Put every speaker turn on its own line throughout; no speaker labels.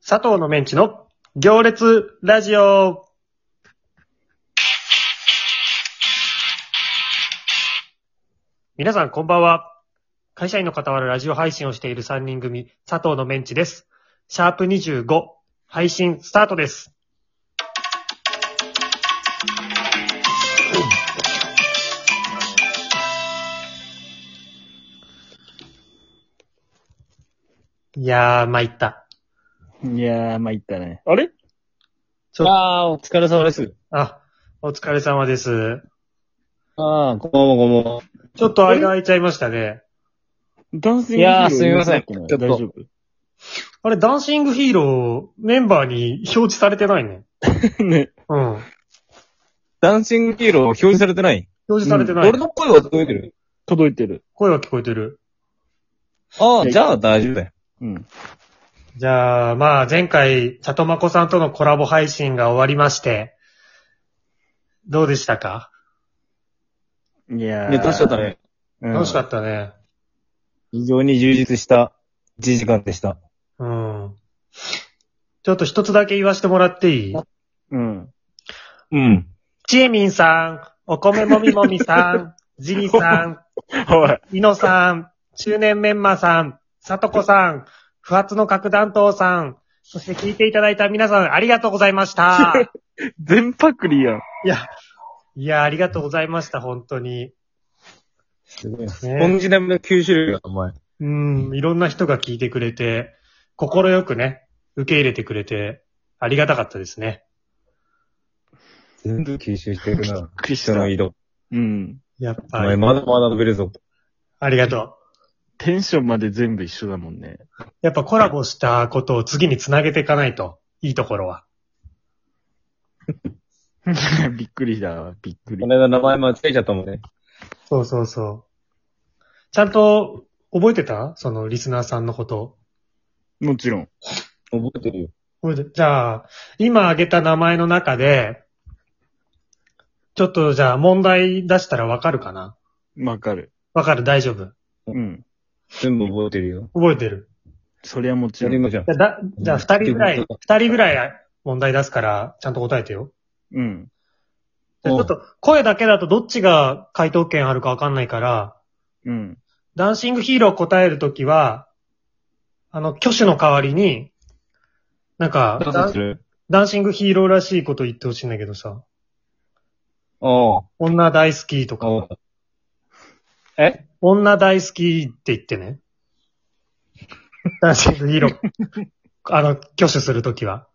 佐藤のメンチの行列ラジオ。皆さんこんばんは。会社員の傍らラジオ配信をしている3人組、佐藤のメンチです。シャープ25、配信スタートです。いやー、参った。
いやー、まいったね。あれ
ちょ
あー、お疲れ様です。
あ、お疲れ様です。
あー、こんばんは、こんばんは。
ちょっと間空いちゃいましたね。
男性
いやーすみません
ちょっ
ちょ
と。
っと
大丈
あれ、ダンシングヒーロー、メンバーに表示されてないね。
夫 ね。
うん。
ダンシングヒーロー表示されてない
表示されてない。
俺の声は届いてる
届いてる。
声は聞こえてる。
ああ、じゃあ大丈夫だよ。
うん。
じゃあ、まあ、前回、里真子さんとのコラボ配信が終わりまして、どうでしたか
いやー。
ね、楽しかったね。
うん。
楽しかったね。
非常に充実した1時間でした。
うん。ちょっと一つだけ言わせてもらっていい
うん。
うん。
ちえみんさん、お米もみもみさん、ジニさん、
おい。
イノさん、中年メンマさん、さとこさん、不発の核弾頭さん、そして聞いていただいた皆さんありがとうございました。
全パクリやん。
いや、いや、ありがとうございました、本当に。
すごい。ス
ね
ポンジ並みの吸収量が、お前。
うん、いろんな人が聞いてくれて、心よくね、受け入れてくれて、ありがたかったですね。
全部吸収してるな。
クリス
人の色。
うん。
やっ
お
ぱ
前
り。
まだまだ伸びるぞ。
ありがと
テンションまで全部一緒だもんね。
う。やっぱコラボしたことを次につなげていかないと、いいところは。
びっくりだわ、びっくり
こ。の間名前間違えちゃったもんね。
そうそうそう。ちゃんと覚えてたそのリスナーさんのこと。
もちろん。
覚えてるよ。
これでじゃあ、今挙げた名前の中で、ちょっとじゃあ問題出したらわかるかな
わかる。
わかる大丈夫
うん。
全部覚えてるよ。
覚えてる
そりゃもち
や
ろ
り
ん。
ましょう
じゃあ、だじゃあ二人ぐらい、二人ぐらい問題出すから、ちゃんと答えてよ。
うん。
じゃあちょっと、声だけだとどっちが回答権あるかわかんないから、
うん。
ダンシングヒーロー答えるときは、あの、挙手の代わりに、なんか
ダ
ダ
ンサー
ン
す、る
ダンシングヒーローらしいこと言ってほしいんだけどさ、
あ
女大好きと
あ。
か、
ああ。え
女大好きって言ってね。ダンシングヒーロー、あの、挙手するときは。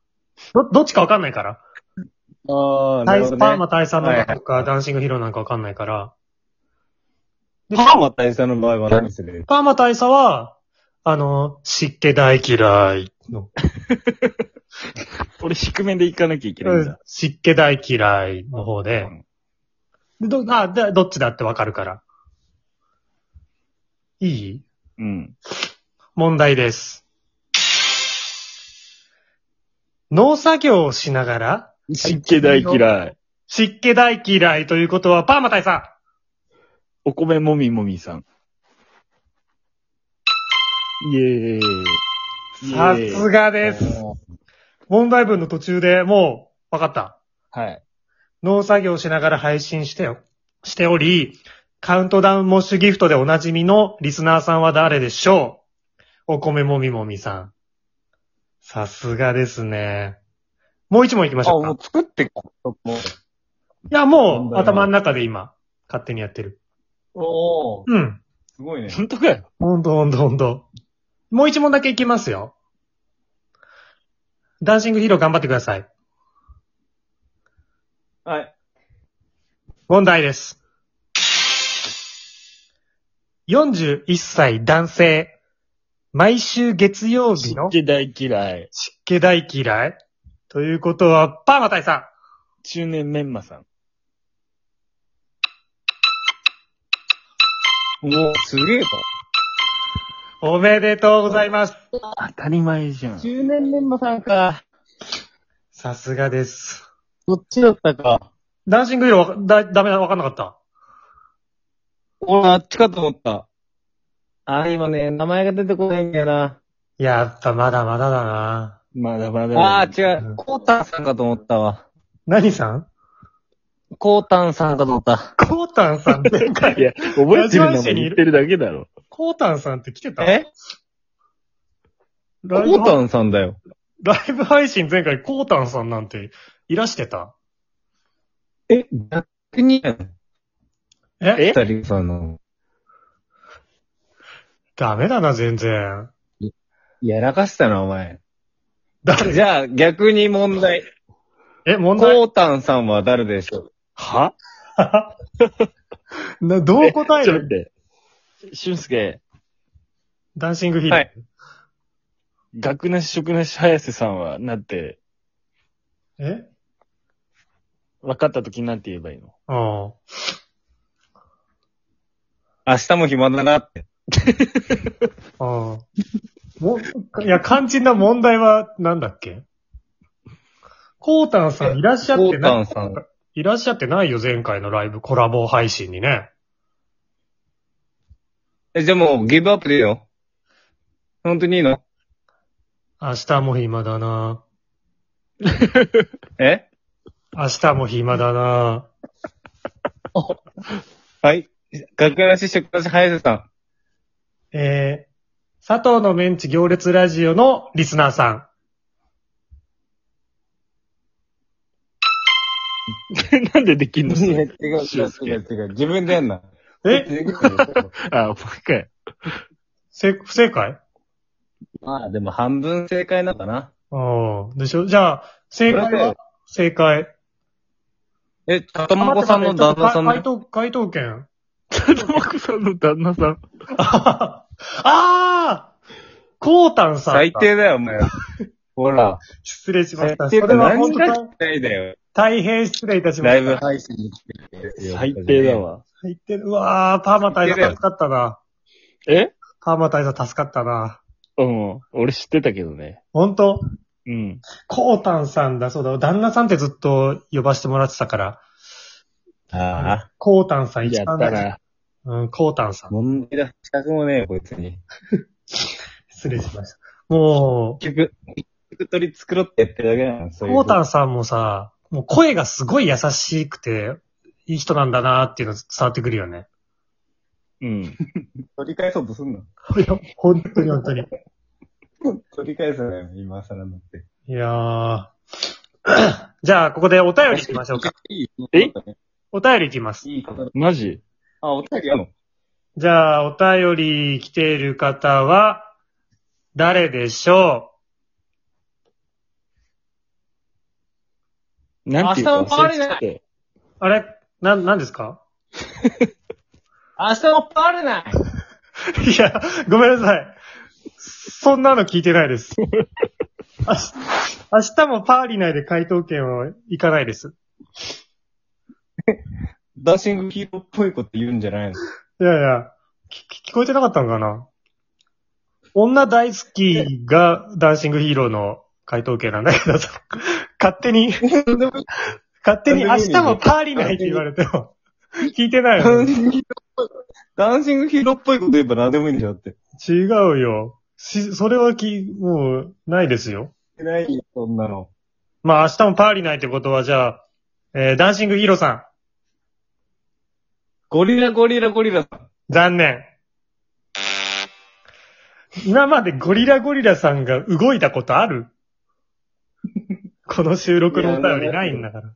ど、どっちかわかんないから。
あ
タ
あ、な
イ
る
パ
ほどね。
ーマ大佐の
は
とか、ダンシングヒーローなんかわかんないから。で
パーマ大佐の場合は何する
パーマ大佐は、あの、湿気大嫌いの。
俺低めで行かなきゃいけないんだ。
湿気大嫌いの方で。でど、あ、で、どっちだってわかるから。いい
うん。
問題です。農作業をしながら、
湿気大嫌い。
湿気大嫌いということは、パーマ大佐
お米もみもみさん。イエーイ。
さ
イエ
す
ーイ
がです。問題文の途中でもう、わかった。
はい。
農作業をしながら配信してよ、しており、カウントダウンモッシュギフトでおなじみのリスナーさんは誰でしょうお米もみもみさん。さすがですね。もう一問行きまし
あ、
ょう
も
か
う。作ってっもう
いや、も
問
う
題は
頭の中で今、勝手にやってる。
おお、
うん。
すごいね。
本当かよ。
ほんとほんとほんと。もう一問だけ行きますよ。ダンシングヒーロー頑張ってください。
はい。
問題です。41歳男性。毎週月曜日
湿
の
気大嫌い。
湿気大嫌いということは、パーマ大佐
中年メンマさん。
もう、すげえか。
おめでとうございます。
当たり前じゃん。
中年メンマさんか。
さすがです。
そっちだったか。
ダンシングヒーローわだ、ダメだ、わかんなかった。
俺、あっちかと思った。あー、今ね、名前が出てこないんだよな。
やっぱまだまだだな
まだまだ。
ああ、違う。コータンさんかと思ったわ。
何さん
コータンさんかと思った。
コータンさんって、
いや、覚えてるのも
ラジオにい
言
る
ってるだけだろ。
コータンさんって来てた
えコ
ライブ
ータンさんだよ。
ライブ配信前回コータンさんなんていらしてた
え、逆に、
え
え
二人さんの、
ダメだな、全然。
やらかしたな、お前。
誰
じゃあ、逆に問題。
え、問題
コータンさんは誰でしょう
は
などう答え
ちょっと
る
待って。俊介、
ダンシングヒル。
はい
学なし食なし早瀬さんは、なんて、
え
分かった時なんて言えばいいの
うん。
明日も暇だなって。
うん。も、いや、肝心な問題は、なんだっけコータンさんいらっしゃっ
コ
て
ータ
な
ンさん。
い、いらっしゃってないよ、前回のライブ、コラボ配信にね。
え、じゃあもう、ギブアップでいいよ。本当にいいの
明日も暇だな
え
明日も暇だな
はい。楽屋らしい食らし早瀬さん。
えー、佐藤のメンチ行列ラジオのリスナーさん。
なんでできんのそれ
う
俊介。
違う。自分でやんな。
え
あ、もう一回。
せ、不正解
まあ、でも半分正解なのかな。
うん。でしょじゃあ、正解
これ
は
で
正解。
え、たとまこさんの旦那さん
回
ね。
答、回答権。
ただまこさんの旦那さん。
ああコータンさんだ。
最低だよ、お前。ほら。
失礼しました。そ
最低
れ
だよ。
は本
何
当
が
に
期待だよ。
大変失礼いたしま
ライ
し
ブ
た。
配信に来て
最低だ。わ。
入ってる。うわー、パーマ大佐助かったな。
え
パーマ大佐助かったな。
うん。俺知ってたけどね。
本当
うん。
コータンさんだ、そうだ。旦那さんってずっと呼ばせてもらってたから。
ああ。
コータンさん
や
一
っ
番
た
大事。
な。
うん、コータンさん。
問題だ。資格もねえよ、こいつに。
失礼しました。も
結局、結局取り繕ってやってるだけなの。
う、
そういう
コー
こと。
タンさんもさ、もう声がすごい優しくて、いい人なんだなーっていうの伝わってくるよね。
うん。
取り返そうとすんの。
いや、本当に本当に。
取り返すなよ、今更になって。
いやー。 じゃあ、ここでお便りしましょうか。
いい
え
お便りいきます。
いいことだ。
マジ
あ、お便りあるの
じゃあ、お便り来ている方は、誰でしょ
なんていうか
明日も変わりない
忘れて
うあれな、なんですか
明日もパれない
いや、ごめんなさい。そんなの聞いてないです。 明日明日もパーリ内で回答権をいかないです。
ダンシングヒーローっぽいこと言うんじゃないの
いやいや、き聞こえてなかったのかな女大好きがダンシングヒーローの回答権なんだけど、 勝手に、勝手に明日もパーリないって言われても、聞いてない
ダ
よ
ン
ね。
シングヒーローっぽい。ダンシングヒーローっぽいこと言えば何でもいいんだよって。
違うよ。し、それはき、もう、ないですよ。
ないよ、そんなの。
まあ明日もパーリないってことは、じゃあ、えーダンシングヒーローさん、
ゴリラゴリラゴリラさん。
残念。今までゴリラゴリラさんが動いたことあるこの収録のお便りないんだから。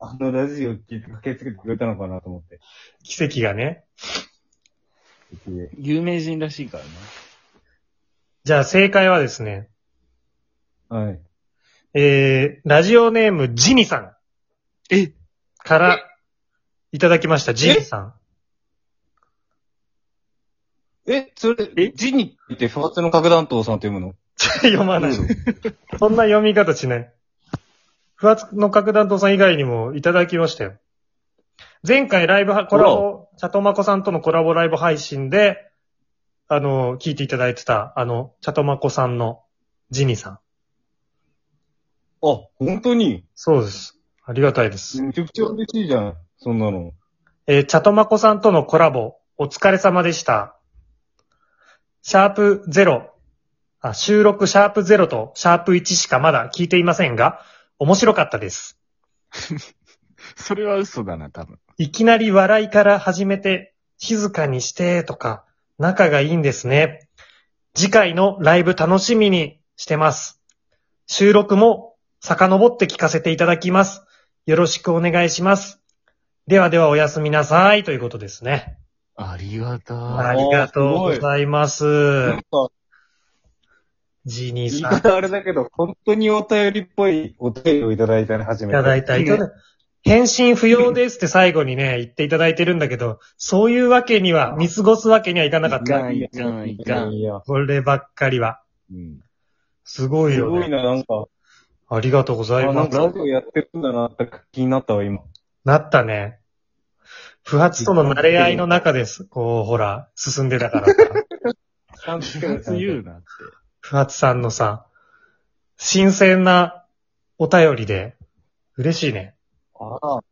あのラジオ聞いて駆けつけてくれたのかなと思って。
奇跡がね。
有名人らしいからね。
じゃあ正解はですね、
はい。
えー、ラジオネームジニさん
え
からいただきました、ジニさん。
え、それ、え、ジニって不発の核弾頭さんって読むの
読まない。そんな読み方しない。不発の核弾頭さん以外にもいただきましたよ。前回ライブは、コラボ、チャトマコさんとのコラボライブ配信で、あの、聞いていただいてた、あの、チャトマコさんのジニさん。
あ、本当に
そうです。ありがたいです。
めちゃくちゃ嬉しいじゃん。そんなの。
えーチャトマコさんとのコラボ、お疲れ様でした。シャープゼロ、あ収録シャープ0とシャープ1しかまだ聞いていませんが、面白かったです。
それは嘘だな、多分。
いきなり笑いから始めて、静かにしてとか、仲がいいんですね。次回のライブ楽しみにしてます。収録も遡って聞かせていただきます。よろしくお願いします。ではではおやすみなさいということですね。
ありがたい。
ありがとうございます。ジーニー
言い
さん。
方あれだけど、本当にお便りっぽいお便りをいただいたね、初め
い
て。
ただいた。いただ返信不要ですって最後にね、言っていただいてるんだけど、そういうわけには、見過ごすわけにはいかなかっ
いか
た。
ん、いかん、いかん。
いや、
こればっかりは。
うん。
すごい
す
よ
ごい
ね。
な、なんか。
ありがとうござい
あ、な
ま
ん
す
か。ラジオやってるんだなって気になったわ、今。
なったね。不発との慣れ合いの中です。こう、ほら、進んでたからさ。
ちゃんと
自発言うなって。
不発さんのさ、新鮮なお便りで、嬉しいね。
ああ。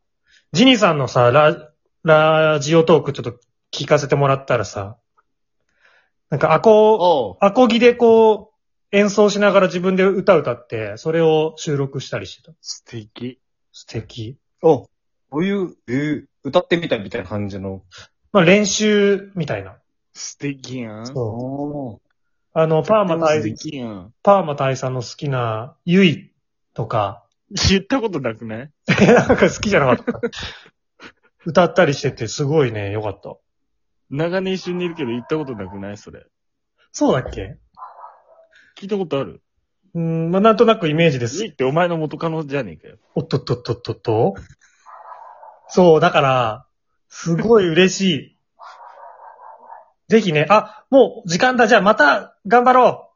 ジニさんのさ、ラ、ラジオトークちょっと聞かせてもらったらさ、なんかアコ、
おう。
アコギでこう、演奏しながら自分で歌歌って、それを収録したりしてた。
素敵。
素敵。
お、こういう、えー歌ってみたいみたいな感じの。
まあ練習みたいな。
素敵やん。
そう。
お
あの、パーマ
素
大、
敵やん。
パーマ大佐の好きな、ゆいとか、
知ったことなくない
なんか好きじゃなかった。歌ったりしてて、すごいね、よかった。
長年一緒にいるけど行ったことなくないそれ。
そうだっけ
聞いたことある
うん、まあ、なんとなくイメージです
いい。ってお前の元カノじゃねえかよ。
おっとっとっとっとっと。そう、だから、すごい嬉しい。ぜひね、あ、もう時間だ。じゃあまた頑張ろ